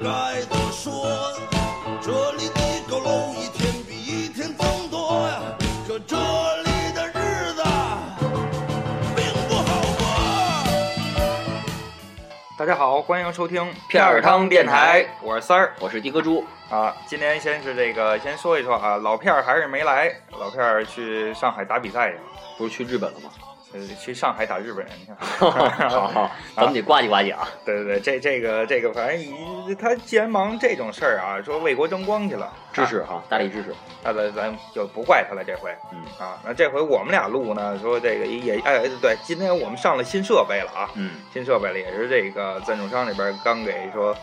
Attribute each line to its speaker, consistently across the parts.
Speaker 1: 来的说，这里的佝偻一天比一天增多呀，可这里的日子并不好过。
Speaker 2: 大家好，欢迎收听
Speaker 3: 片儿汤电台，
Speaker 2: 我是三儿
Speaker 3: 我是迪哥猪，
Speaker 2: 啊。今天先是这个，先说一说啊，老片儿还是没来，老片儿去上海打比赛去了，
Speaker 3: 不是去日本了吗？
Speaker 2: 呃，去上海打日本人去了。
Speaker 3: 好好， 咱们得呱唧呱唧啊！
Speaker 2: 对对对，这这个这个，反正一他既然忙这种事儿啊，说为国争光去了，
Speaker 3: 支持哈，大力支持。
Speaker 2: 那咱咱就不怪他了，这回，
Speaker 3: 嗯
Speaker 2: 啊，那这回我们俩录呢，说这个也哎对，今天我们上了新设备了啊，
Speaker 3: 嗯，
Speaker 2: 新设备了，也是这个赞助商那边刚给说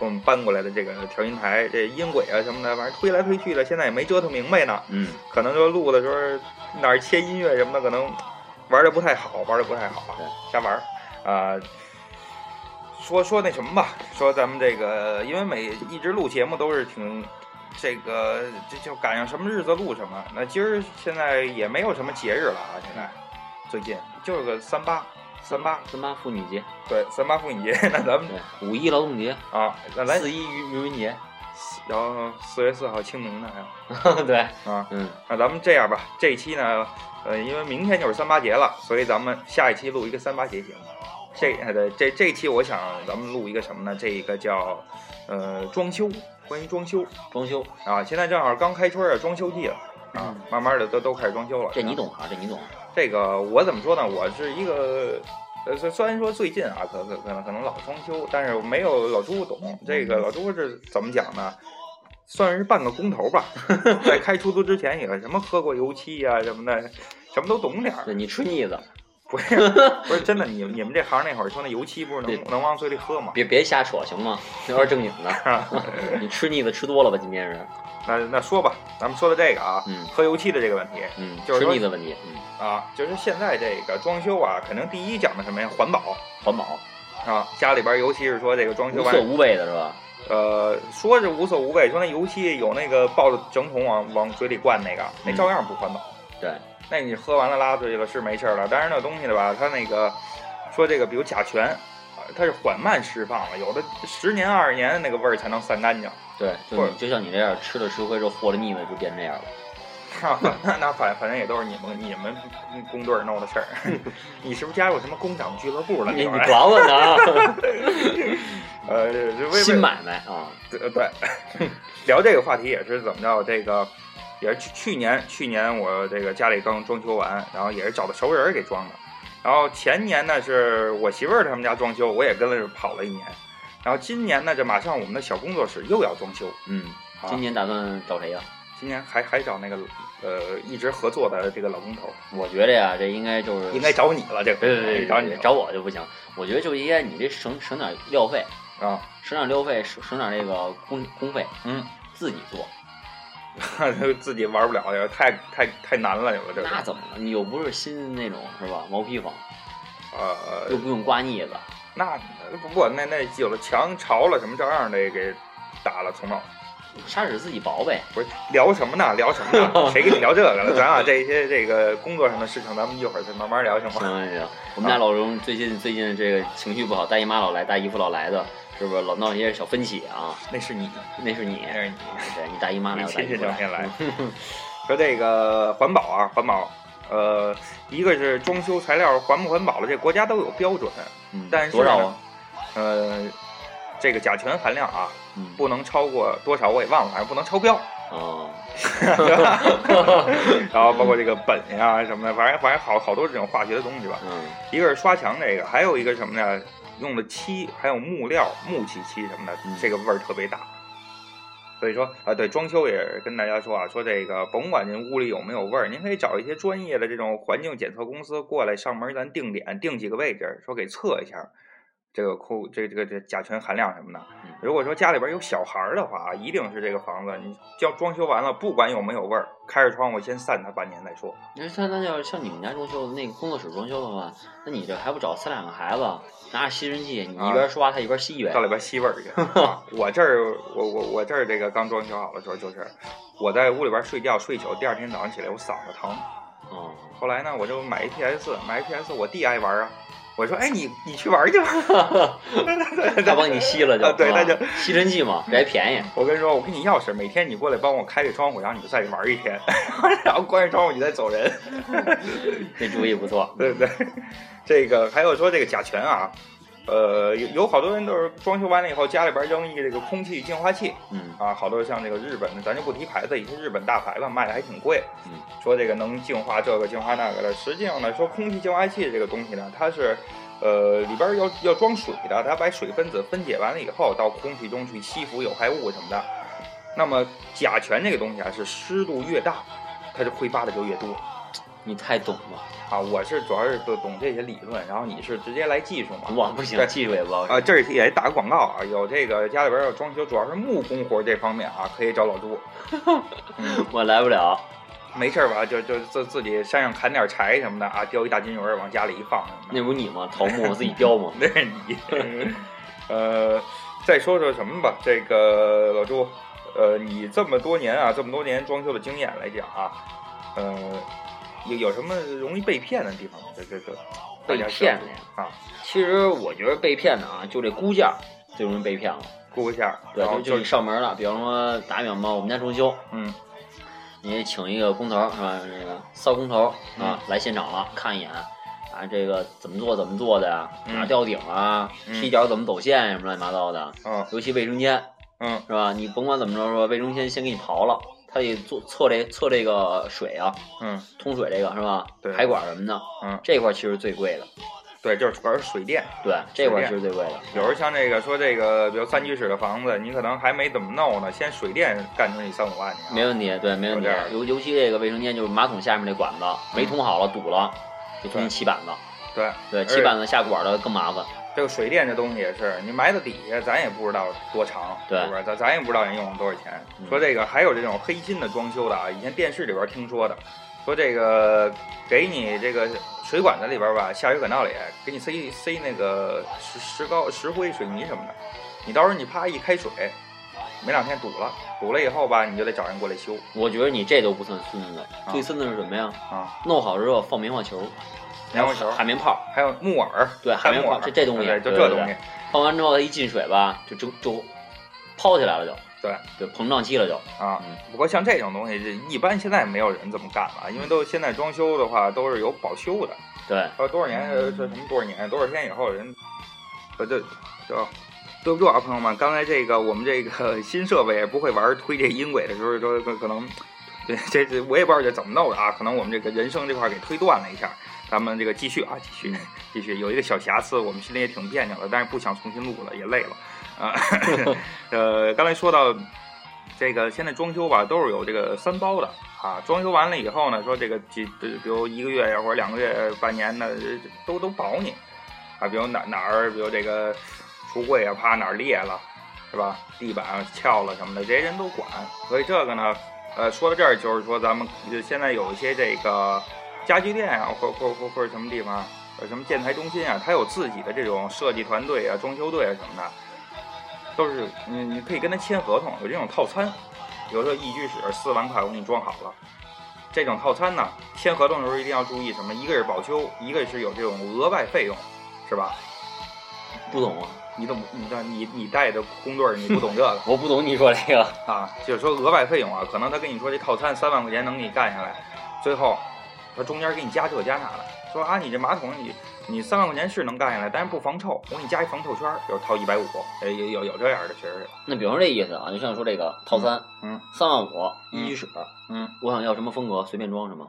Speaker 2: 给我们搬过来的这个调音台，这音轨啊什么的，反正推来推去的，现在也没折腾明白呢。
Speaker 3: 嗯，
Speaker 2: 可能说录的时候哪儿切音乐什么的，可能玩的不太好，玩的不太好啊
Speaker 3: 对，
Speaker 2: 瞎玩儿啊、说说那什么吧，说咱们这个，因为每一直录节目都是挺这个，这就赶上什么日子录什么。那今儿现在也没有什么节日了啊，现在最近就是个三八，三八
Speaker 3: 三八妇女节，
Speaker 2: 对三八妇女节， 那咱们
Speaker 3: 对，五一劳动节，
Speaker 2: 啊，那咱
Speaker 3: 四一愚愚人节，
Speaker 2: 然后四月四号清明呢还有。
Speaker 3: 对，
Speaker 2: 啊
Speaker 3: 嗯，
Speaker 2: 那咱们这样吧，这一期呢，呃，因为明天就是三八节了，所以咱们下一期录一个三八节节目。这呃对这这一期我想咱们录一个什么呢？这一个叫呃装修，关于装修
Speaker 3: 装修，
Speaker 2: 啊，现在正好刚开春啊，装修季了啊，慢慢的都都开始装修了。
Speaker 3: 嗯这你懂啊，这你懂啊，
Speaker 2: 这个我怎么说呢？我是一个，呃，虽虽然说最近啊，可可可能可能老装修，但是我没有老朱懂。这
Speaker 3: 嗯
Speaker 2: 个老朱是怎么讲呢？算是半个工头吧， 在开出租之前也什么喝过油漆呀、什么的，什么都懂点儿。
Speaker 3: 对你吃腻子，
Speaker 2: 不是不是真的，你你们这行那会儿说那油漆不是
Speaker 3: 对
Speaker 2: 能能往嘴里喝吗？
Speaker 3: 别别瞎扯行吗？聊点正经 的， 你吃腻子吃多了吧？今天是，
Speaker 2: 那那说吧，咱们说的这个啊，
Speaker 3: 嗯
Speaker 2: 喝油漆的这个问题
Speaker 3: 嗯，
Speaker 2: 就是
Speaker 3: 吃
Speaker 2: 说
Speaker 3: 腻子问题，嗯，
Speaker 2: 啊，就是现在这个装修啊，肯定第一讲的什么呀？环保
Speaker 3: 环保，
Speaker 2: 啊，家里边儿尤其是说这个装修
Speaker 3: 无
Speaker 2: 完
Speaker 3: 色无味的是吧？
Speaker 2: 呃，说是无所无谓，说那油漆有那个抱着整桶往往嘴里灌那个，那照样不环保。
Speaker 3: 对，
Speaker 2: 那你喝完了拉出去了是没事儿了，但是那东西的吧，它那个说这个，比如甲醛，呃它是缓慢释放的，有的十年二十年那个味儿才能散干 净。
Speaker 3: 对，就
Speaker 2: 或
Speaker 3: 你
Speaker 2: 者
Speaker 3: 就像你这样吃了吃亏之后和了腻子就变 这样了，
Speaker 2: 那那反反正也都是你们你们工队儿弄的事儿。 你是不是加入什么工长俱乐部了？
Speaker 3: 你
Speaker 2: 那
Speaker 3: 你
Speaker 2: 会儿
Speaker 3: 管我 呢啊，
Speaker 2: 呃，这为
Speaker 3: 新买卖啊，
Speaker 2: 对呃对， 聊这个话题也是怎么着？这个也是去去年，去年我这个家里刚装修完，然后也是找的熟人儿给装的。然后前年呢是我媳妇儿他们家装修，我也跟着跑了一年。然后今年呢，这马上我们的小工作室又要装修，
Speaker 3: 嗯，
Speaker 2: 啊
Speaker 3: 今年打算找谁呀、
Speaker 2: 今年还还找那个呃一直合作的这个老工头，
Speaker 3: 我觉着呀，这应该就是
Speaker 2: 应该找你了，这
Speaker 3: 别别别别
Speaker 2: 找你
Speaker 3: 找我就不行。我觉得就应该你这省省点料费，
Speaker 2: 啊，
Speaker 3: 省点料费，省省点那个工工费，
Speaker 2: 嗯，
Speaker 3: 自己做。
Speaker 2: 自己玩不了，这个太太太难了，有的这个
Speaker 3: 那怎么了？你又不是新那种是吧？毛坯房
Speaker 2: 呃
Speaker 3: 又不用刮腻子，
Speaker 2: 那不过那那有的墙潮了什么照样得给打了重弄。
Speaker 3: 砂纸自己薄呗。
Speaker 2: 不是聊什么呢？聊什么 呢？谁跟你聊这个了？咱俩这些这个工作上的事情，咱们一会儿再慢慢聊行
Speaker 3: 行
Speaker 2: 吗？
Speaker 3: 行行， 我们家老荣最近最近这个情绪不好，大姨妈老来，大姨夫老来的，是不是老闹一些小分歧啊？
Speaker 2: 那是你，
Speaker 3: 那是你，
Speaker 2: 那是你，
Speaker 3: 对你大姨妈
Speaker 2: 你
Speaker 3: 来，我大
Speaker 2: 亲
Speaker 3: 姨
Speaker 2: 戚
Speaker 3: 夫
Speaker 2: 聊
Speaker 3: 来。
Speaker 2: 天 来。说这个环保啊，环保，呃，一个是装修材料环不环保了，这国家都有标准，
Speaker 3: 嗯，
Speaker 2: 但是
Speaker 3: 多少啊？
Speaker 2: 呃，这个甲醛含量啊，
Speaker 3: 嗯，
Speaker 2: 不能超过多少我也忘了，反正不能超标。
Speaker 3: 哦，
Speaker 2: 然后包括这个苯呀、什么的，反正反正好好多这种化学的东西吧。
Speaker 3: 嗯，
Speaker 2: 一个是刷墙这个，还有一个什么呢？用的漆，还有木料、木器漆什么的
Speaker 3: 嗯，
Speaker 2: 这个味儿特别大。所以说啊，对装修也是跟大家说啊，说这个甭管您屋里有没有味儿，您可以找一些专业的这种环境检测公司过来上门，咱定点定几个位置，说给测一下这个空这这个这甲醛含量什么的
Speaker 3: 嗯。
Speaker 2: 如果说家里边有小孩儿的话，啊一定是这个房子你要装修完了，不管有没有味儿，开着窗户先散它半年再说。
Speaker 3: 你说他那要是像你们家装修那个工作室装修的话，那你这还不找三两个孩子拿着吸尘器，
Speaker 2: 啊
Speaker 3: 你一边刷他一边吸呗
Speaker 2: 到？里边吸味儿去。 啊我这儿，我我我这儿这个刚装修好的时候，就是我在屋里边睡觉睡一宿，第二天早上起来我嗓子疼。
Speaker 3: 哦，
Speaker 2: 后来呢，我就买一 PS，买一 PS，我弟爱玩啊，我说哎你你去玩去吧，
Speaker 3: 他帮你吸了就
Speaker 2: 啊，对
Speaker 3: 是吧
Speaker 2: 他就
Speaker 3: 吸尘器嘛，这还便宜。
Speaker 2: 我跟你说，我跟你钥匙，每天你过来帮我开这窗户，然后你就在这玩一天， 然后关上窗户你再走人，
Speaker 3: 这主意不错，
Speaker 2: 对不对？这个还有说这个甲醛啊，呃，有有好多人都是装修完了以后家里边扔一个这个空气净化器
Speaker 3: 嗯，
Speaker 2: 啊，好多像这个日本的，咱就不提牌子，以前日本大牌了，卖的还挺贵，
Speaker 3: 嗯
Speaker 2: 说这个能净化这个净化那个的，实际上呢，说空气净化器这个东西呢，它是。呃，里边要要装水的，它把水分子分解完了以后，到空气中去吸附有害物什么的，那么甲醛这个东西啊，是湿度越大，它就挥发的就越多
Speaker 3: 你太懂了，
Speaker 2: 啊。我是主要是不懂这些理论，然后你是直接来技术嘛。
Speaker 3: 我不行，
Speaker 2: 对
Speaker 3: 记尾巴。
Speaker 2: 啊，这儿也打个广告啊，有这个家里边有装修，主要是木工活这方面啊，可以找老朱。嗯，
Speaker 3: 我来不了，
Speaker 2: 没事儿吧？就就自自己山上砍点柴什么的啊，叼一大金鱼儿往家里一放什么的？
Speaker 3: 那不是你吗？桃木我自己雕吗
Speaker 2: 那是你。呃，再说说什么吧，这个老朱，呃，你这么多年啊，这么多年装修的经验来讲啊，呃，有有什么容易被骗的地方吗？这这这，
Speaker 3: 被骗的呀
Speaker 2: 啊！
Speaker 3: 其实我觉得被骗的啊，就这估价最容易被骗了。
Speaker 2: 估一下，
Speaker 3: 对
Speaker 2: 然，后
Speaker 3: 就就你
Speaker 2: 哦是
Speaker 3: 上门了，比方说打比方吧，我们家装修，
Speaker 2: 嗯
Speaker 3: 你请一个工头是吧？这个骚工头
Speaker 2: 嗯
Speaker 3: 啊，来现场了，看一眼啊，这个怎么做怎么做的呀？
Speaker 2: 嗯
Speaker 3: 哪儿吊顶啊？
Speaker 2: 嗯
Speaker 3: 踢脚怎么走线什么乱七八糟的？
Speaker 2: 嗯
Speaker 3: 尤其卫生间
Speaker 2: 嗯
Speaker 3: 是吧？你甭管怎么着说，卫生间先给你刨了，他得做测这测这个水啊，
Speaker 2: 嗯，
Speaker 3: 通水这个是吧
Speaker 2: 对？
Speaker 3: 排管什么的，
Speaker 2: 嗯
Speaker 3: 这块儿其实最贵的，
Speaker 2: 对，就是主要是水电。
Speaker 3: 对，这块儿其实最贵的。
Speaker 2: 有时候像这个说这个，比如三居室的房子，你可能还没怎么弄呢，先水电干出你三五万去、啊。
Speaker 3: 没问题，对，没问题
Speaker 2: 有点儿。
Speaker 3: 尤尤其这个卫生间，就是马桶下面这管子没通好了，堵了，就重新起板子。
Speaker 2: 对
Speaker 3: 对，
Speaker 2: 而且
Speaker 3: 起板子下管的更麻烦。
Speaker 2: 这个水电这东西也是，你埋到底下，咱也不知道多长，
Speaker 3: 对
Speaker 2: 是不是？咱咱也不知道人用了多少钱。
Speaker 3: 嗯
Speaker 2: 说这个还有这种黑心的装修的啊，以前电视里边听说的，说这个给你这个水管子里边吧，下水管道里给你塞塞那个石石膏、石灰、水泥什么的，你到时候你啪一开水，没两天堵了，堵了以后吧，你就得找人过来修
Speaker 3: 我觉得你这都不算孙子，最孙子是什么呀？
Speaker 2: 啊。
Speaker 3: 弄好之后放棉花球，
Speaker 2: 棉花球
Speaker 3: 海绵泡，
Speaker 2: 还有木耳，
Speaker 3: 对，海
Speaker 2: 木
Speaker 3: 绵泡
Speaker 2: 耳，
Speaker 3: 这这东西，
Speaker 2: 对，就
Speaker 3: 对
Speaker 2: 这
Speaker 3: 对
Speaker 2: 东西，
Speaker 3: 放完之后它一进水吧，就就就抛起来了，就
Speaker 2: 对。
Speaker 3: 对，膨胀期了就。
Speaker 2: 啊
Speaker 3: 嗯，
Speaker 2: 不过像这种东西，这一般现在没有人这么干了，因为都现在装修的话都是有保修的，
Speaker 3: 对，
Speaker 2: 还有多少年呃这什么多少年多少天以后人，呃这这对不住啊，朋友们，刚才这个我们这个 新设备不会玩推这音轨的时候，说可可能对这这我也不知道这怎么弄的啊，可能我们这个人声这块给推断了一下。咱们这个继续啊，继续， 继续，有一个小瑕疵，我们心里也挺别扭的，但是不想重新录了，也累了，啊、 呃，刚才说到这个现在装修吧，都是有这个三包的啊。装修完了以后呢，说这个几，呃比如一个月呀，或者两个月、半年的，呃都都保你啊。比如哪哪儿，比如这个橱柜啊，啪哪儿裂了，是吧？地板啊翘了什么的，这些人都管。所以这个呢，呃，说到这儿就是说，咱们就现在有一些这个家具店啊，或或或或者什么地方，呃，什么建材中心啊，它有自己的这种设计团队啊、装修队啊什么的。都是你你可以跟他签合同，有这种套餐，比如说一居室四万块我给你装好了，这种套餐呢，签合同的时候一定要注意什么，一个是保修，一个是有这种额外费用，是吧？
Speaker 3: 不懂啊，
Speaker 2: 你懂你的你你带的工队儿你不懂这个
Speaker 3: 我不懂你说这个。
Speaker 2: 啊， 就是说额外费用啊，可能他跟你说这套餐三万块钱能给你干下来，最后他中间给你加这加那的，说啊你这马桶你你三万块钱是能干下来，但是不防臭，我给你加一防臭圈儿，有掏一百五，呃有有有这样的确实是，
Speaker 3: 那比方说这意思啊，就像说这个套餐，
Speaker 2: 嗯，
Speaker 3: 三万五
Speaker 2: 嗯
Speaker 3: 一居室，
Speaker 2: 嗯。
Speaker 3: 我想要什么风格随便装什么，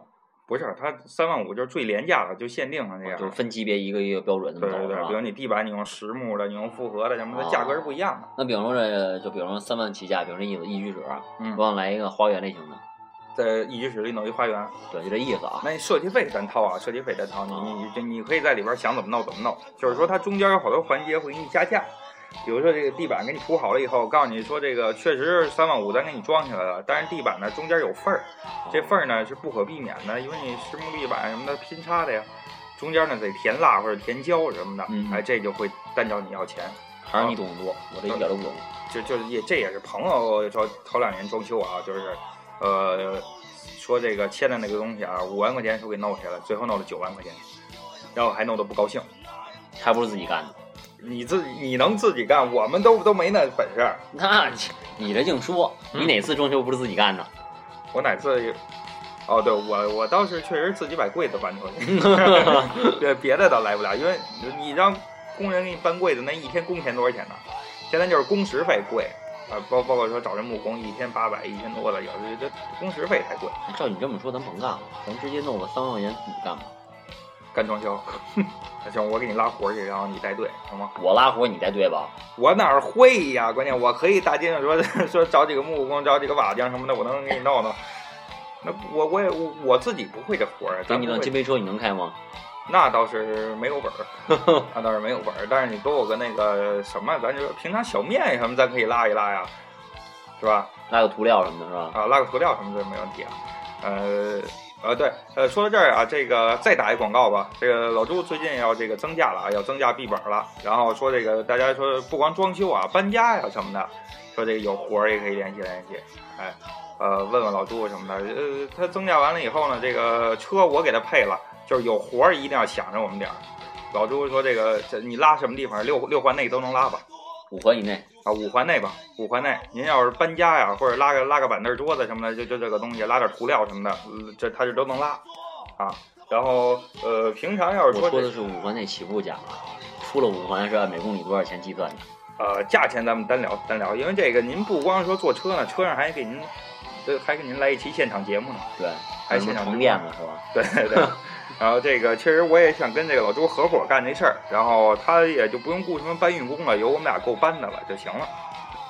Speaker 2: 不是，它三万五就是最廉价的，就限定了这样。
Speaker 3: 就是分级别一个一个标准这
Speaker 2: 哎对
Speaker 3: 么走
Speaker 2: 对
Speaker 3: 是
Speaker 2: 对，
Speaker 3: 吧
Speaker 2: 比如？你地板你用实木的，你用复合的什么的，
Speaker 3: 哦
Speaker 2: 价格是不一样的。
Speaker 3: 那比方说这，就比方说三万起价，比方说这意思一居室，
Speaker 2: 嗯
Speaker 3: 我，想来一个花园类型的，
Speaker 2: 在一居室里弄一花园，
Speaker 3: 对，就这意思啊。
Speaker 2: 那你设计费咱掏啊，设计费咱掏，你
Speaker 3: 哦
Speaker 2: 你你你可以在里边想怎么弄怎么弄，就是说它中间有好多环节会给你加价。比如说这个地板给你铺好了以后，告诉你说这个确实三万五咱给你装起来了，但是地板呢中间有缝儿，
Speaker 3: 哦
Speaker 2: 这缝儿呢是不可避免的，因为你实木地板什么的拼插的呀，中间呢得填蜡或者填胶什么的，
Speaker 3: 嗯
Speaker 2: 哎，这就会单找你要钱。
Speaker 3: 还是你懂得多，我这一点都不懂。
Speaker 2: 就就是也这也是朋友说头两年装修啊，就是呃说这个签的那个东西啊，五万块钱说给弄下来，最后弄了九万块钱，然后还弄得不高兴，
Speaker 3: 还不是自己干的。
Speaker 2: 你自己你能自己干，我们都都没那本事。
Speaker 3: 那你你这净说，
Speaker 2: 嗯
Speaker 3: 你哪次装修不是自己干的？
Speaker 2: 我哪次也，哦，对我我倒是确实自己把柜子搬出去， 对别的倒来不了，因为你让工人给你搬柜子，那一天工钱多少钱呢？现在就是工时费贵，啊、包包括说找人木工，一天八百，一千多的，有的这工时费太贵，
Speaker 3: 哎照你这么说，咱甭干了，咱直接弄个三万块钱自己干吧。
Speaker 2: 干装修。 那行，我给你拉活去，然后你带队，行吗？
Speaker 3: 我拉活你带队吧，
Speaker 2: 我哪儿会呀？关键我可以大街上说 说找几个木工，找几个瓦匠什么的，我能给你弄弄。那我我也我我自己不会这活儿，
Speaker 3: 给
Speaker 2: 咱
Speaker 3: 你
Speaker 2: 不
Speaker 3: 辆
Speaker 2: 会
Speaker 3: 金杯车，你能开吗？
Speaker 2: 那倒是没有本 儿，那倒是没有本儿。但是你给我个那个什么，咱就平常小面什么，咱可以拉一拉呀，是吧？
Speaker 3: 拉个涂料什么的，是吧？
Speaker 2: 啊，拉个涂料什么的没问题啊。呃，呃，对，呃，说到这儿啊，这个再打一广告吧。这个老朱最近要这个增价了啊，要增加币本了。然后说这个大家说不光装修啊，搬家呀、什么的，说这个有活儿也可以联系联系。哎，呃，问问老朱什么的。呃，他增加完了以后呢，这个车我给他配了，就是有活儿一定要想着我们点儿。老朱说这个这你拉什么地方，六六环内都能拉吧。
Speaker 3: 五环以内，
Speaker 2: 啊，五环内吧，五环内。您要是搬家呀，或者拉个拉个板凳、桌子什么的，就就这个东西，拉点涂料什么的，呃这他这都能拉啊。然后呃，平常要是
Speaker 3: 我
Speaker 2: 说
Speaker 3: 说
Speaker 2: 这
Speaker 3: 的是五环内起步价啊，出了五环是按每公里多少钱计算的。
Speaker 2: 呃价钱，咱们单聊单聊，因为这个您不光说坐车呢，车上还给您，这还给您来一期现场节目呢。
Speaker 3: 对，
Speaker 2: 还
Speaker 3: 有什
Speaker 2: 现
Speaker 3: 么
Speaker 2: 场
Speaker 3: 床
Speaker 2: 直播
Speaker 3: 垫子是吧？
Speaker 2: 对对 对。然后这个确实我也想跟这个老周合伙干这事儿，然后他也就不用雇什么搬运工了，有我们俩够搬的了就行了。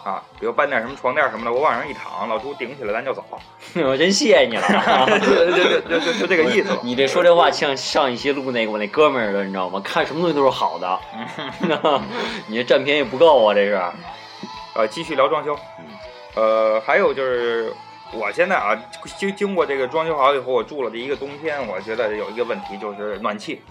Speaker 2: 啊，比如搬点什么床垫什么的，我往上一躺，老朱顶起来咱就走。
Speaker 3: 我真谢谢你了 啊。
Speaker 2: 就就就就就这个意思吧。
Speaker 3: 你这说这话像上一期录那个我那哥们儿的，你知道吗？看什么东西都是好的，
Speaker 2: 嗯
Speaker 3: 你这占便宜不够啊，这 是。
Speaker 2: 呃，继续聊装修
Speaker 3: 嗯。
Speaker 2: 呃，还有就是，我现在啊，经经过这个装修好以后，我住了这一个冬天，我觉得有一个问题就是暖气。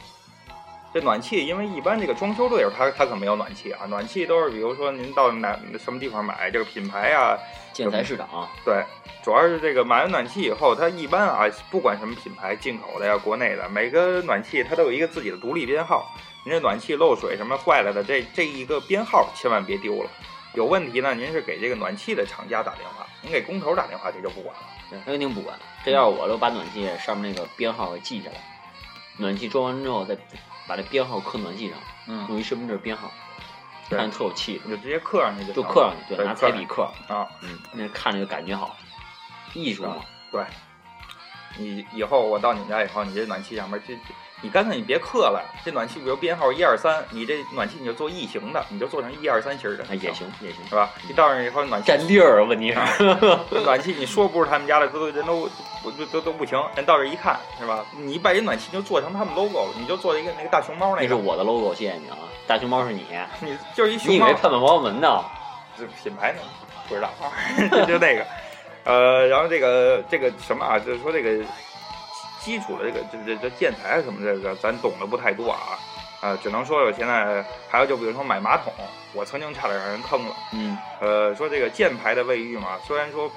Speaker 2: 这暖气，因为一般这个装修队友他他可没有暖气啊，暖气都是比如说您到哪什么地方买这个品牌啊，
Speaker 3: 建材市场，
Speaker 2: 对，主要是这个买完暖气以后，它一般啊，不管什么品牌，进口的呀、国内的，每个暖气它都有一个自己的独立编号。您这暖气漏水什么坏了的，这这一个编号千万别丢了。有问题呢，您是给这个暖气的厂家打电话，您给工头打电话这就不管了。
Speaker 3: 对他肯定不管。这要是我都把暖气上面那个编号给记下来，暖气装完之后再把这编号刻暖气上，
Speaker 2: 嗯，
Speaker 3: 用一身份证编号，
Speaker 2: 对
Speaker 3: 看着特有气质，
Speaker 2: 嗯你就直接刻上去就
Speaker 3: 就
Speaker 2: 行
Speaker 3: 刻上
Speaker 2: 了
Speaker 3: 去，对，
Speaker 2: 对
Speaker 3: 拿
Speaker 2: 刻
Speaker 3: 彩
Speaker 2: 上
Speaker 3: 笔刻，
Speaker 2: 啊。
Speaker 3: 嗯，那看着就感觉好，艺术嘛。
Speaker 2: 你以后我到你们家以后，你这暖气上面这，你干脆你别刻了，这暖气比如编号一二三，你这暖气你就做异形的，你就做成一二三型的
Speaker 3: 哎，也行，也行，
Speaker 2: 是吧？一到那以后暖气
Speaker 3: 占地儿啊，问题是。
Speaker 2: 暖气，你说不是他们家的，都人都我都都都不行。人到这一看，是吧？你把人暖气就做成他们 logo 了，你就做一个那个大熊猫
Speaker 3: 那
Speaker 2: 那
Speaker 3: 是
Speaker 2: 个，
Speaker 3: 我的 logo，谢谢你啊！大熊猫是你，
Speaker 2: 你就是一
Speaker 3: 你
Speaker 2: 熊
Speaker 3: 以
Speaker 2: 猫
Speaker 3: 为，盼盼王文呢？
Speaker 2: 这品牌呢不知道， 就那个，呃，然后这个这个什么啊，就是说这个基础的这个这这这建材什么这个，咱懂得不太多啊。啊、只能说我现在还有就比如说买马桶，我曾经差点让人坑了。
Speaker 3: 嗯，
Speaker 2: 呃，说这个箭牌的卫浴嘛，虽然说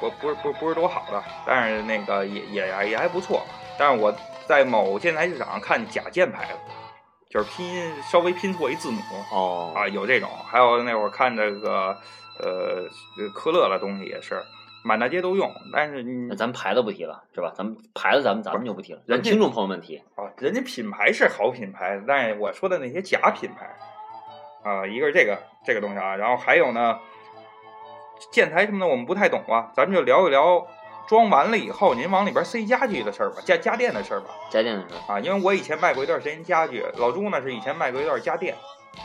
Speaker 2: 我不是不是不是多好的，但是那个也也也还不错。但是我在某建材市场上看假箭牌的，就是拼稍微拼错一字母
Speaker 3: 哦，
Speaker 2: 啊，有这种。还有那会儿看这个呃科乐的东西也是，满大街都用，但是你
Speaker 3: 那咱们牌子不提了，是吧？咱们牌子咱们咱们就不提了，
Speaker 2: 人
Speaker 3: 咱
Speaker 2: 家
Speaker 3: 听众朋友们提，
Speaker 2: 啊，人家品牌是好品牌，但是我说的那些假品牌，啊、一个是这个这个东西啊，然后还有呢，建材什么的我们不太懂啊，咱们就聊一聊装完了以后您往里边塞家具的事儿吧，家家电的事儿吧，
Speaker 3: 家电的事儿，
Speaker 2: 啊，因为我以前卖过一段时间家具，老朱呢是以前卖过一段家电，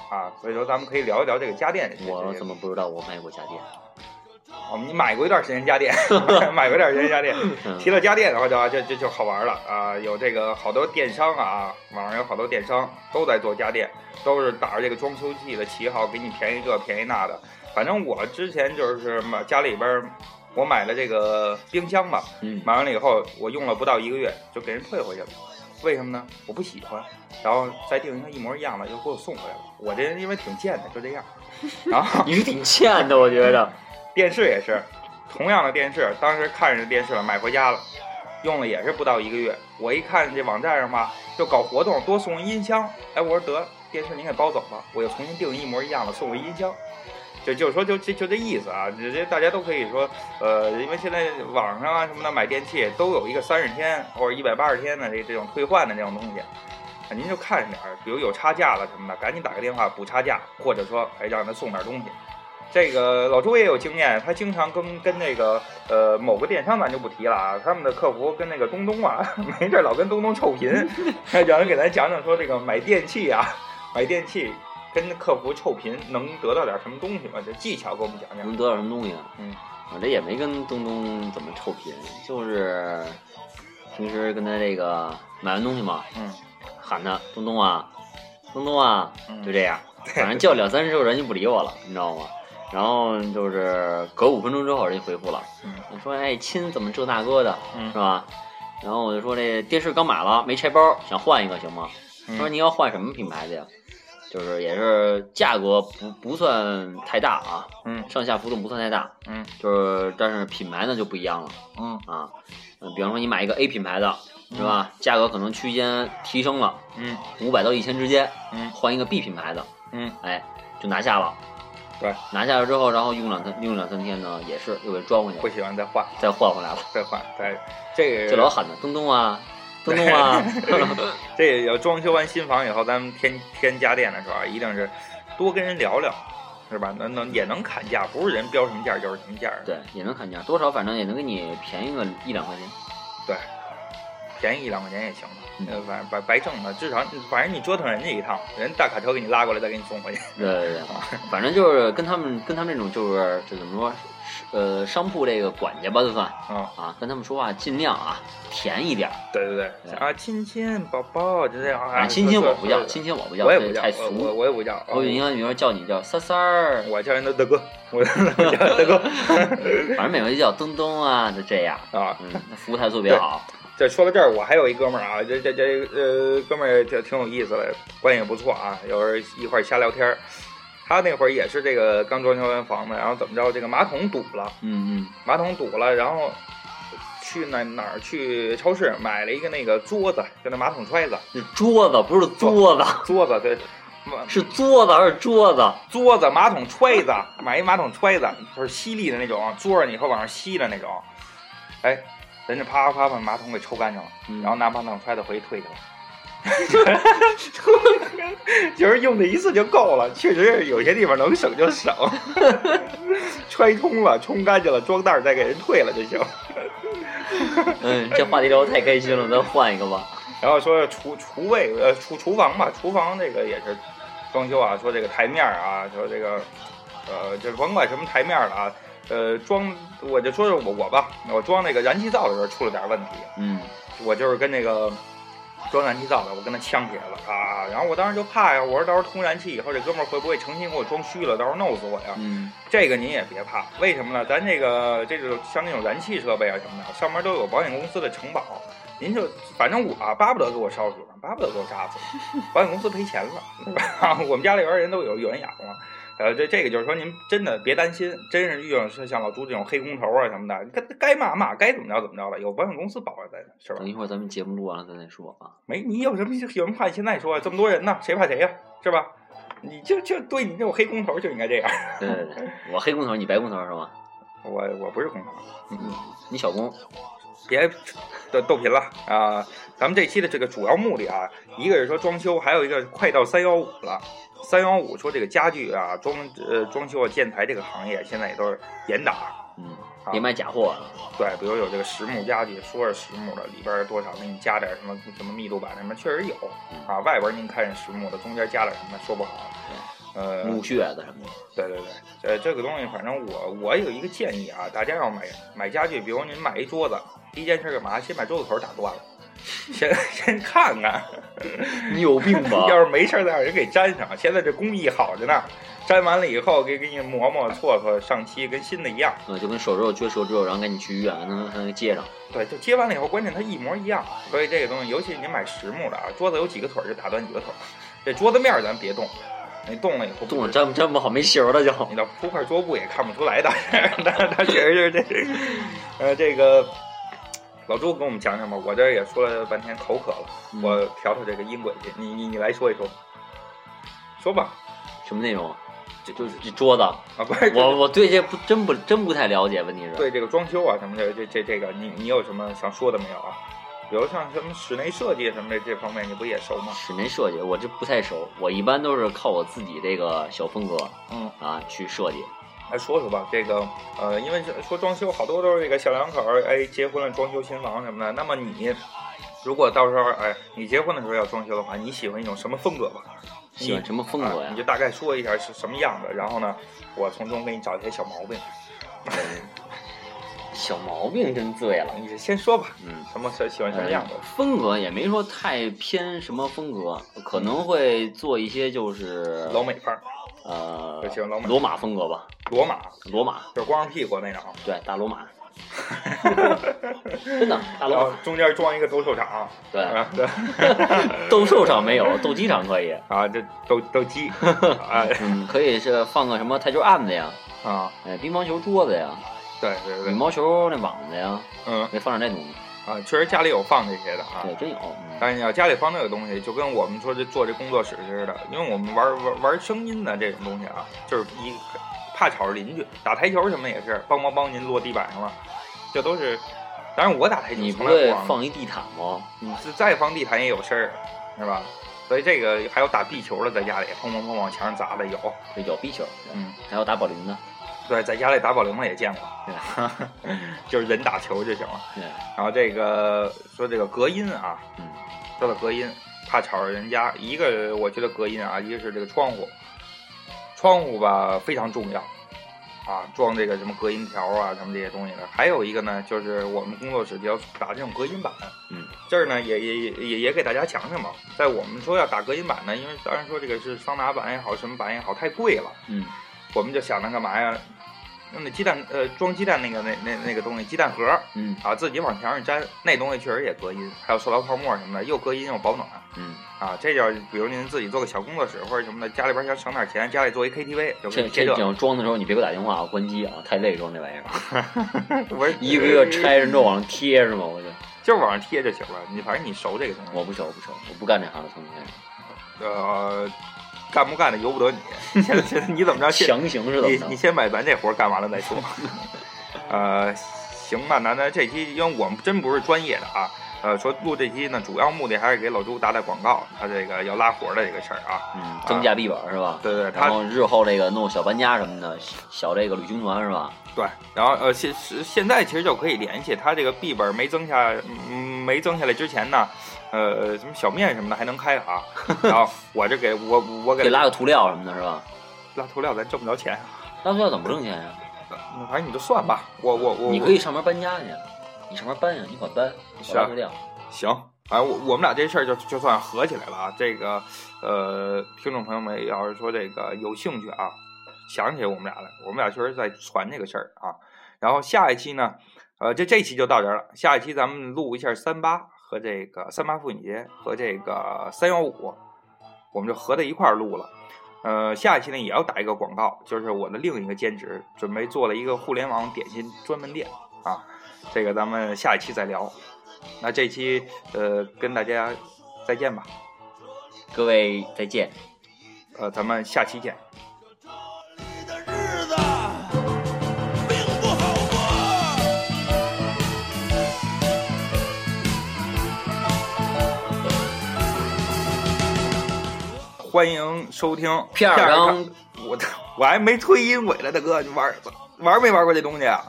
Speaker 2: 啊，所以说咱们可以聊一聊这个家电这些。
Speaker 3: 我
Speaker 2: 这些
Speaker 3: 怎么不知道我买过家 电？
Speaker 2: 哦，你买过一段时间家电， 买过一段时间家电。
Speaker 3: 嗯
Speaker 2: 提到家电的话就，就就就好玩了啊！有这个好多电商啊，网上有好多电商都在做家电，都是打着这个装修季的旗号，给你便宜这便宜那的。反正我之前就是买家里边儿，我买了这个冰箱嘛，
Speaker 3: 嗯，
Speaker 2: 买完了以后我用了不到一个月就给人退回去了，为什么呢？我不喜欢，然后再订一个一模一样的又给我送回来了。我这人因为挺贱的，就这样。然后
Speaker 3: 你是挺欠的，我觉着。
Speaker 2: 电视也是，同样的电视，当时看着电视了，买回家了，用了也是不到一个月。我一看这网站上吧，就搞活动，多送音箱，哎，我说得电视您给包走了，我又重新订一模一样的送回音箱。就就说就这就这意思啊，这这大家都可以说，呃，因为现在网上啊什么的买电器都有一个三十天或者一百八十天的这这种退换的这种东西，啊您就看着点儿，比如有差价了什么的，赶紧打个电话补差价，或者说哎让他送点东西。这个老周也有经验，他经常跟跟那个呃某个电商咱就不提了啊，他们的客服跟那个东东啊， 没事儿老跟东东臭贫，让人给咱讲讲说这个买电器啊，买电器跟客服臭贫能得到点什么东西吗？这技巧给我们讲讲。
Speaker 3: 能得到什么东西啊？
Speaker 2: 嗯，
Speaker 3: 我这也没跟东东怎么臭贫，就是平时跟他这个买完东西嘛，
Speaker 2: 嗯，
Speaker 3: 喊他东东啊，东东啊，
Speaker 2: 嗯
Speaker 3: 就这样，反正叫两三声人就不理我了，你知道吗？然后就是隔五分钟之后人家回复了，
Speaker 2: 嗯
Speaker 3: 我说哎亲怎么这那个的，
Speaker 2: 嗯
Speaker 3: 是吧？然后我就说这电视刚买了没拆包，想换一个行吗？他说
Speaker 2: 嗯
Speaker 3: 您要换什么品牌的呀？就是也是价格不不算太大啊，
Speaker 2: 嗯
Speaker 3: 上下浮动不算太大，
Speaker 2: 嗯
Speaker 3: 就是但是品牌呢就不一样了
Speaker 2: 嗯
Speaker 3: 啊，嗯，比方说你买一个 A 品牌的是吧，价格可能区间提升了
Speaker 2: 嗯
Speaker 3: 五百到一千之间，
Speaker 2: 嗯
Speaker 3: 换一个 B 品牌的，
Speaker 2: 嗯，
Speaker 3: 哎，就拿下了，
Speaker 2: 对，
Speaker 3: 拿下了之后，然后用两天用两三天呢，也是又给装回去
Speaker 2: 不
Speaker 3: 了，
Speaker 2: 喜欢再换
Speaker 3: 再换回来了，
Speaker 2: 再换再这个
Speaker 3: 就老喊他东东啊，东东 啊，
Speaker 2: 这也要装修完新房以后，咱们添添家电的时候啊，一定是多跟人聊聊，是吧？能能也能砍价，不是人标什么价就是什么价，
Speaker 3: 对，也能砍价，多少反正也能给你便宜个一两块钱，
Speaker 2: 便宜一两块钱也行
Speaker 3: 嗯
Speaker 2: 的，呃反白白挣的，至少反正你折腾人家一趟，人大卡车给你拉过来再给你送回去。
Speaker 3: 对对对，反正就是跟他们跟他们这种就是这怎么说，呃，商铺这个管家吧，就算
Speaker 2: 嗯，
Speaker 3: 啊，跟他们说话尽量啊甜一点儿。
Speaker 2: 对对对，
Speaker 3: 对
Speaker 2: 啊，亲亲宝宝就这样
Speaker 3: 啊，
Speaker 2: 啊，
Speaker 3: 亲亲我不要，
Speaker 2: 说
Speaker 3: 亲亲我不要，
Speaker 2: 我也
Speaker 3: 这
Speaker 2: 不要
Speaker 3: 太，
Speaker 2: 我我
Speaker 3: 俗。
Speaker 2: 我也不要，
Speaker 3: 我应
Speaker 2: 啊
Speaker 3: 该比如说叫你叫三三儿，
Speaker 2: 我叫人都大哥，我我叫大哥
Speaker 3: 反正每回就叫东东啊，就这样。
Speaker 2: 啊。
Speaker 3: 嗯，那服务态度特别好。
Speaker 2: 这说到这儿，我还有一哥们儿啊，这这这呃，哥们儿这挺有意思的，关系也不错啊，有时候一块儿瞎聊天儿。他那会儿也是这个刚装修完房子，然后怎么着，这个马桶堵了，
Speaker 3: 嗯嗯
Speaker 2: 马桶堵了，然后去哪哪儿去超市买了一个那个桌子，就那马桶揣子，，
Speaker 3: 是桌子不是桌子，
Speaker 2: 桌子对，马
Speaker 3: 是桌子还是桌子？
Speaker 2: 桌子、马桶揣子，买一马桶揣子，就是吸力的那种，坐上以后往上吸的那种。哎，人家啪啪啪把马桶给抽干净了，
Speaker 3: 嗯
Speaker 2: 然后拿马桶揣子回去退去了。 就是用的一次就够了，确实有些地方能省就省， 揣通了、冲干净了，装袋儿再给人退了就行。
Speaker 3: 嗯，这话题聊得太开心了，咱换一个吧。
Speaker 2: 然后说厨厨卫呃厨厨房吧，厨房这个也是装修啊，说这个台面儿啊，说这个呃，就甭管什么台面儿了啊，呃，装我就说说我我吧，我装那个燃气灶的时候出了点问题，
Speaker 3: 嗯
Speaker 2: 我就是跟那个装燃气灶的，我跟他呛起来了啊，然后我当时就怕呀，我说到时候通燃气以后，这哥们儿会不会诚心给我装虚了，到时候弄死我呀？
Speaker 3: 嗯
Speaker 2: 这个您也别怕，为什么呢？咱这个这种像那种燃气设备啊什么的，上面都有保险公司的承保。您就反正我啊，巴不得给我烧死了，巴不得给我炸死 了，保险公司赔钱了， 对吧？我们家里边人都有有人养了。呃，这这个就是说，您真的别担心，真是遇上像像老朱这种黑工头啊什么的，该该骂骂，该怎么着怎么着了，有保险公司保着咱，是吧
Speaker 3: 等？一会儿咱们节目录完了咱再说啊。
Speaker 2: 没，你有什么有什么话？你现在说，这么多人呢，谁怕谁呀、是吧？你就就对你这种黑工头就应该这样。
Speaker 3: 对对对，我黑工头，你白工头是吗？
Speaker 2: 我我不是工头。
Speaker 3: 嗯，你小工。
Speaker 2: 别逗逗贫了啊、咱们这期的这个主要目的啊，一个是说装修，还有一个快到三幺五了。三幺五说这个家具啊、装呃装修啊、建材这个行业现在也都是严打。
Speaker 3: 嗯
Speaker 2: 好，
Speaker 3: 别买假货啊。
Speaker 2: 对，比如有这个实木家具，说是实木的，里边儿多少给你加点什么什么密度板什么，确实有啊。外边儿您看是实木的，中间加点什么说不好。呃，
Speaker 3: 墓穴子什么的。
Speaker 2: 对对对，呃这这个东西，反正我我有一个建议啊，大家要买买家具，比如您买一桌子，第一件事干嘛？先把桌子头打断了，先先看 看，
Speaker 3: 你有病
Speaker 2: 要是没事儿再让人给粘上。现在这工艺好着呢，粘完了以后给给你磨磨搓搓，上漆跟新的一样。
Speaker 3: 呃，就跟手肘撅手指头，然后赶紧去医院，才能才能接上。
Speaker 2: 对，就接完了以后，关键它一模一样。所以这个东西，尤其您买实木的啊，桌子有几个腿儿就打断几个腿儿，这桌子面儿咱别动，你动了以后
Speaker 3: 动了粘粘不好没形儿了就。
Speaker 2: 你的铺块桌布也看不出来的， 但是他确实就是这，呃，这个老朱跟我们讲讲吧。我这也说了半天口渴了，我调调这个音轨去。你你你来说一说。说吧，
Speaker 3: 什么内容？啊
Speaker 2: 就就是
Speaker 3: 这桌子，
Speaker 2: 啊，不是
Speaker 3: 我我对这不真不真不太了解，问题是，
Speaker 2: 对这个装修啊什么的，这这这个你你有什么想说的没有啊？比如像什么室内设计什么的这方面，你不也熟吗？
Speaker 3: 室内设计我这不太熟，我一般都是靠我自己这个小风格
Speaker 2: 嗯，
Speaker 3: 啊去设计。
Speaker 2: 来说说吧，这个呃，因为是说装修好多都是这个小两口儿哎结婚了装修新房什么的，那么你如果到时候哎你结婚的时候要装修的话，你喜欢一种什么风格吧？
Speaker 3: 喜欢什么风格
Speaker 2: 啊
Speaker 3: 呀
Speaker 2: 你就？大概说一下是什么样的，然后呢，我从中给你找一些小毛病。
Speaker 3: 小毛病真醉了，
Speaker 2: 你先说吧，
Speaker 3: 嗯。
Speaker 2: 什么喜喜欢什么样的
Speaker 3: 呃？风格也没说太偏什么风格，可能会做一些就是
Speaker 2: 老美范儿，
Speaker 3: 呃
Speaker 2: 就喜欢老美
Speaker 3: 罗马风格吧，
Speaker 2: 罗马
Speaker 3: 罗马
Speaker 2: 就是光着屁股那种，
Speaker 3: 对大 罗马，真的大
Speaker 2: 然
Speaker 3: 罗
Speaker 2: 后
Speaker 3: 马
Speaker 2: 中间装一个斗兽场，
Speaker 3: 对，
Speaker 2: 啊，对
Speaker 3: 斗兽场没有，斗鸡场可以，
Speaker 2: 啊，这斗斗 鸡，啊
Speaker 3: 嗯，可以是放个什么台球案子呀，
Speaker 2: 啊，
Speaker 3: 呃乒乓球桌子呀，
Speaker 2: 对对
Speaker 3: 羽
Speaker 2: 对，
Speaker 3: 毛球那网子呀，
Speaker 2: 嗯
Speaker 3: 那放点那东西，
Speaker 2: 啊，确实家里有放这些的啊，
Speaker 3: 对，真有，嗯
Speaker 2: 但是你要家里放这个东西，就跟我们说这做这工作室似的，因为我们玩玩玩声音的这种东西啊，就是一怕吵着邻居，打台球什么也是，梆梆梆您落地板上了，这都是。当然我打台球
Speaker 3: 你不
Speaker 2: 从来
Speaker 3: 会
Speaker 2: 不玩，
Speaker 3: 放一地毯吗？嗯
Speaker 2: 你再放地毯也有事儿，是吧？所以这个还有打壁球的，在家里砰砰砰往墙上砸的有，
Speaker 3: 对，有壁球，对
Speaker 2: 嗯，
Speaker 3: 还有打保龄的，
Speaker 2: 对，在家里打保龄的也见过
Speaker 3: 对，
Speaker 2: 就是人打球就行了。
Speaker 3: 对，
Speaker 2: 然后这个说这个隔音啊，
Speaker 3: 嗯，
Speaker 2: 说到隔音，怕吵着人家，一个我觉得隔音啊，一个是这个窗户，窗户吧非常重要啊，装这个什么隔音条啊，什么这些东西的。还有一个呢，就是我们工作室要打这种隔音板，
Speaker 3: 嗯，
Speaker 2: 这儿呢也也也也给大家讲讲吧。在我们说要打隔音板呢，因为当然说这个是桑拿板也好，什么板也好，太贵了，
Speaker 3: 嗯，
Speaker 2: 我们就想着干嘛呀？用那鸡蛋呃装鸡蛋那个那那那个东西鸡蛋盒，
Speaker 3: 嗯
Speaker 2: 啊，自己往墙上粘，那东西确实也隔音，还有塑料泡沫什么的，又隔音又保暖
Speaker 3: 嗯，
Speaker 2: 啊。这就是比如您自己做个小工作室或者什么的，家里边想省点钱，家里做一 KTV 就可
Speaker 3: 这
Speaker 2: 以贴
Speaker 3: 这
Speaker 2: 这
Speaker 3: 这，样装的时候，你别给我打电话，我关机啊，太累装这玩意 儿，
Speaker 2: 不是
Speaker 3: 一个一个，拆人之后往上贴是吗？我就
Speaker 2: 呃就是往上贴就行了。你反正你熟这个东
Speaker 3: 我
Speaker 2: 西，
Speaker 3: 不熟，我不熟，我不干这行了，从今开始，
Speaker 2: 呃，干不干的由不得 你。现在现在你怎么着？先
Speaker 3: 强行是怎
Speaker 2: 你
Speaker 3: 么
Speaker 2: 你
Speaker 3: 着？
Speaker 2: 先把咱这活干完了再 说。呃，行吧，楠楠，这期因为我们真不是专业的啊，呃，说录这期呢，主要目的还是给老朱打打广告，他这个要拉活的这个事儿啊。
Speaker 3: 嗯，增加币本是吧？
Speaker 2: 对对，他
Speaker 3: 然后日后这个弄小搬家什么的，小小这个旅行团是吧？
Speaker 2: 对，然后呃，现是现在其实就可以联系他这个 B 本没增下，嗯没增下来之前呢，呃，什么小面什么的还能开 啊，然后我这给我我给
Speaker 3: 得拉个涂料什么的是吧？
Speaker 2: 拉涂料，咱挣不着钱，啊呃
Speaker 3: 拉涂料怎么挣钱呀？
Speaker 2: 反正你就算吧，我我我
Speaker 3: 你可以上门搬家去，你上门搬呀，你管搬，我
Speaker 2: 是啊
Speaker 3: 拉涂料。
Speaker 2: 行，反正我我们俩这事儿就就算合起来了啊。这个呃，听众朋友们要是说这个有兴趣啊，想起我们俩来，我们俩确实在传这个事儿啊。然后下一期呢，呃，这这期就到这儿了。下一期咱们录一下三八和这个三八妇女节和这个三幺五，我们就合在一块儿录了。呃，下一期呢也要打一个广告，就是我的另一个兼职，准备做了一个互联网点心专门店啊。这个咱们下一期再聊。那这期呃跟大家再见吧，
Speaker 3: 各位再见。
Speaker 2: 呃，咱们下期见。
Speaker 1: 这里的日子并不好过。
Speaker 2: 欢迎收听
Speaker 3: 片儿
Speaker 2: 刚，
Speaker 3: 刚
Speaker 2: 我我还没推音轨呢，大哥，你玩玩没玩过这东西啊？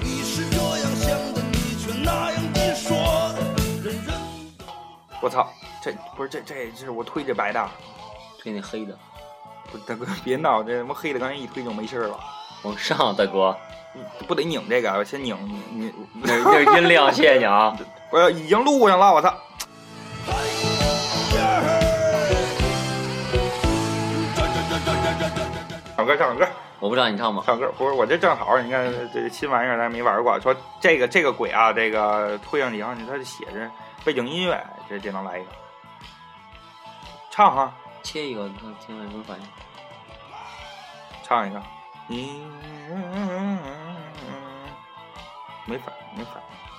Speaker 1: 你是这样想的，你却那样的说，人人。
Speaker 2: 我操，这不是这这这是我推这白的，
Speaker 3: 推那黑的
Speaker 2: 不是大哥别闹，这他妈黑的刚才一推就没事儿了，嗯
Speaker 3: 往上，大哥，
Speaker 2: 不得拧这个，啊先拧你
Speaker 3: 那是那是音量，谢谢 你啊。
Speaker 2: 我要已经录上了，我操。
Speaker 1: 哎呀这这这这这这这这这。
Speaker 2: 唱歌，唱歌，
Speaker 3: 我不知道你唱吗？
Speaker 2: 唱歌！不是我这正好，你看这新玩意儿咱没玩过。说这个这个鬼啊，这个推上去以后，你它就写着背景音乐，这这能来一个，唱哈、
Speaker 3: 切一个，你看听了有什么反应？
Speaker 2: 唱一个。你没反应，没反应。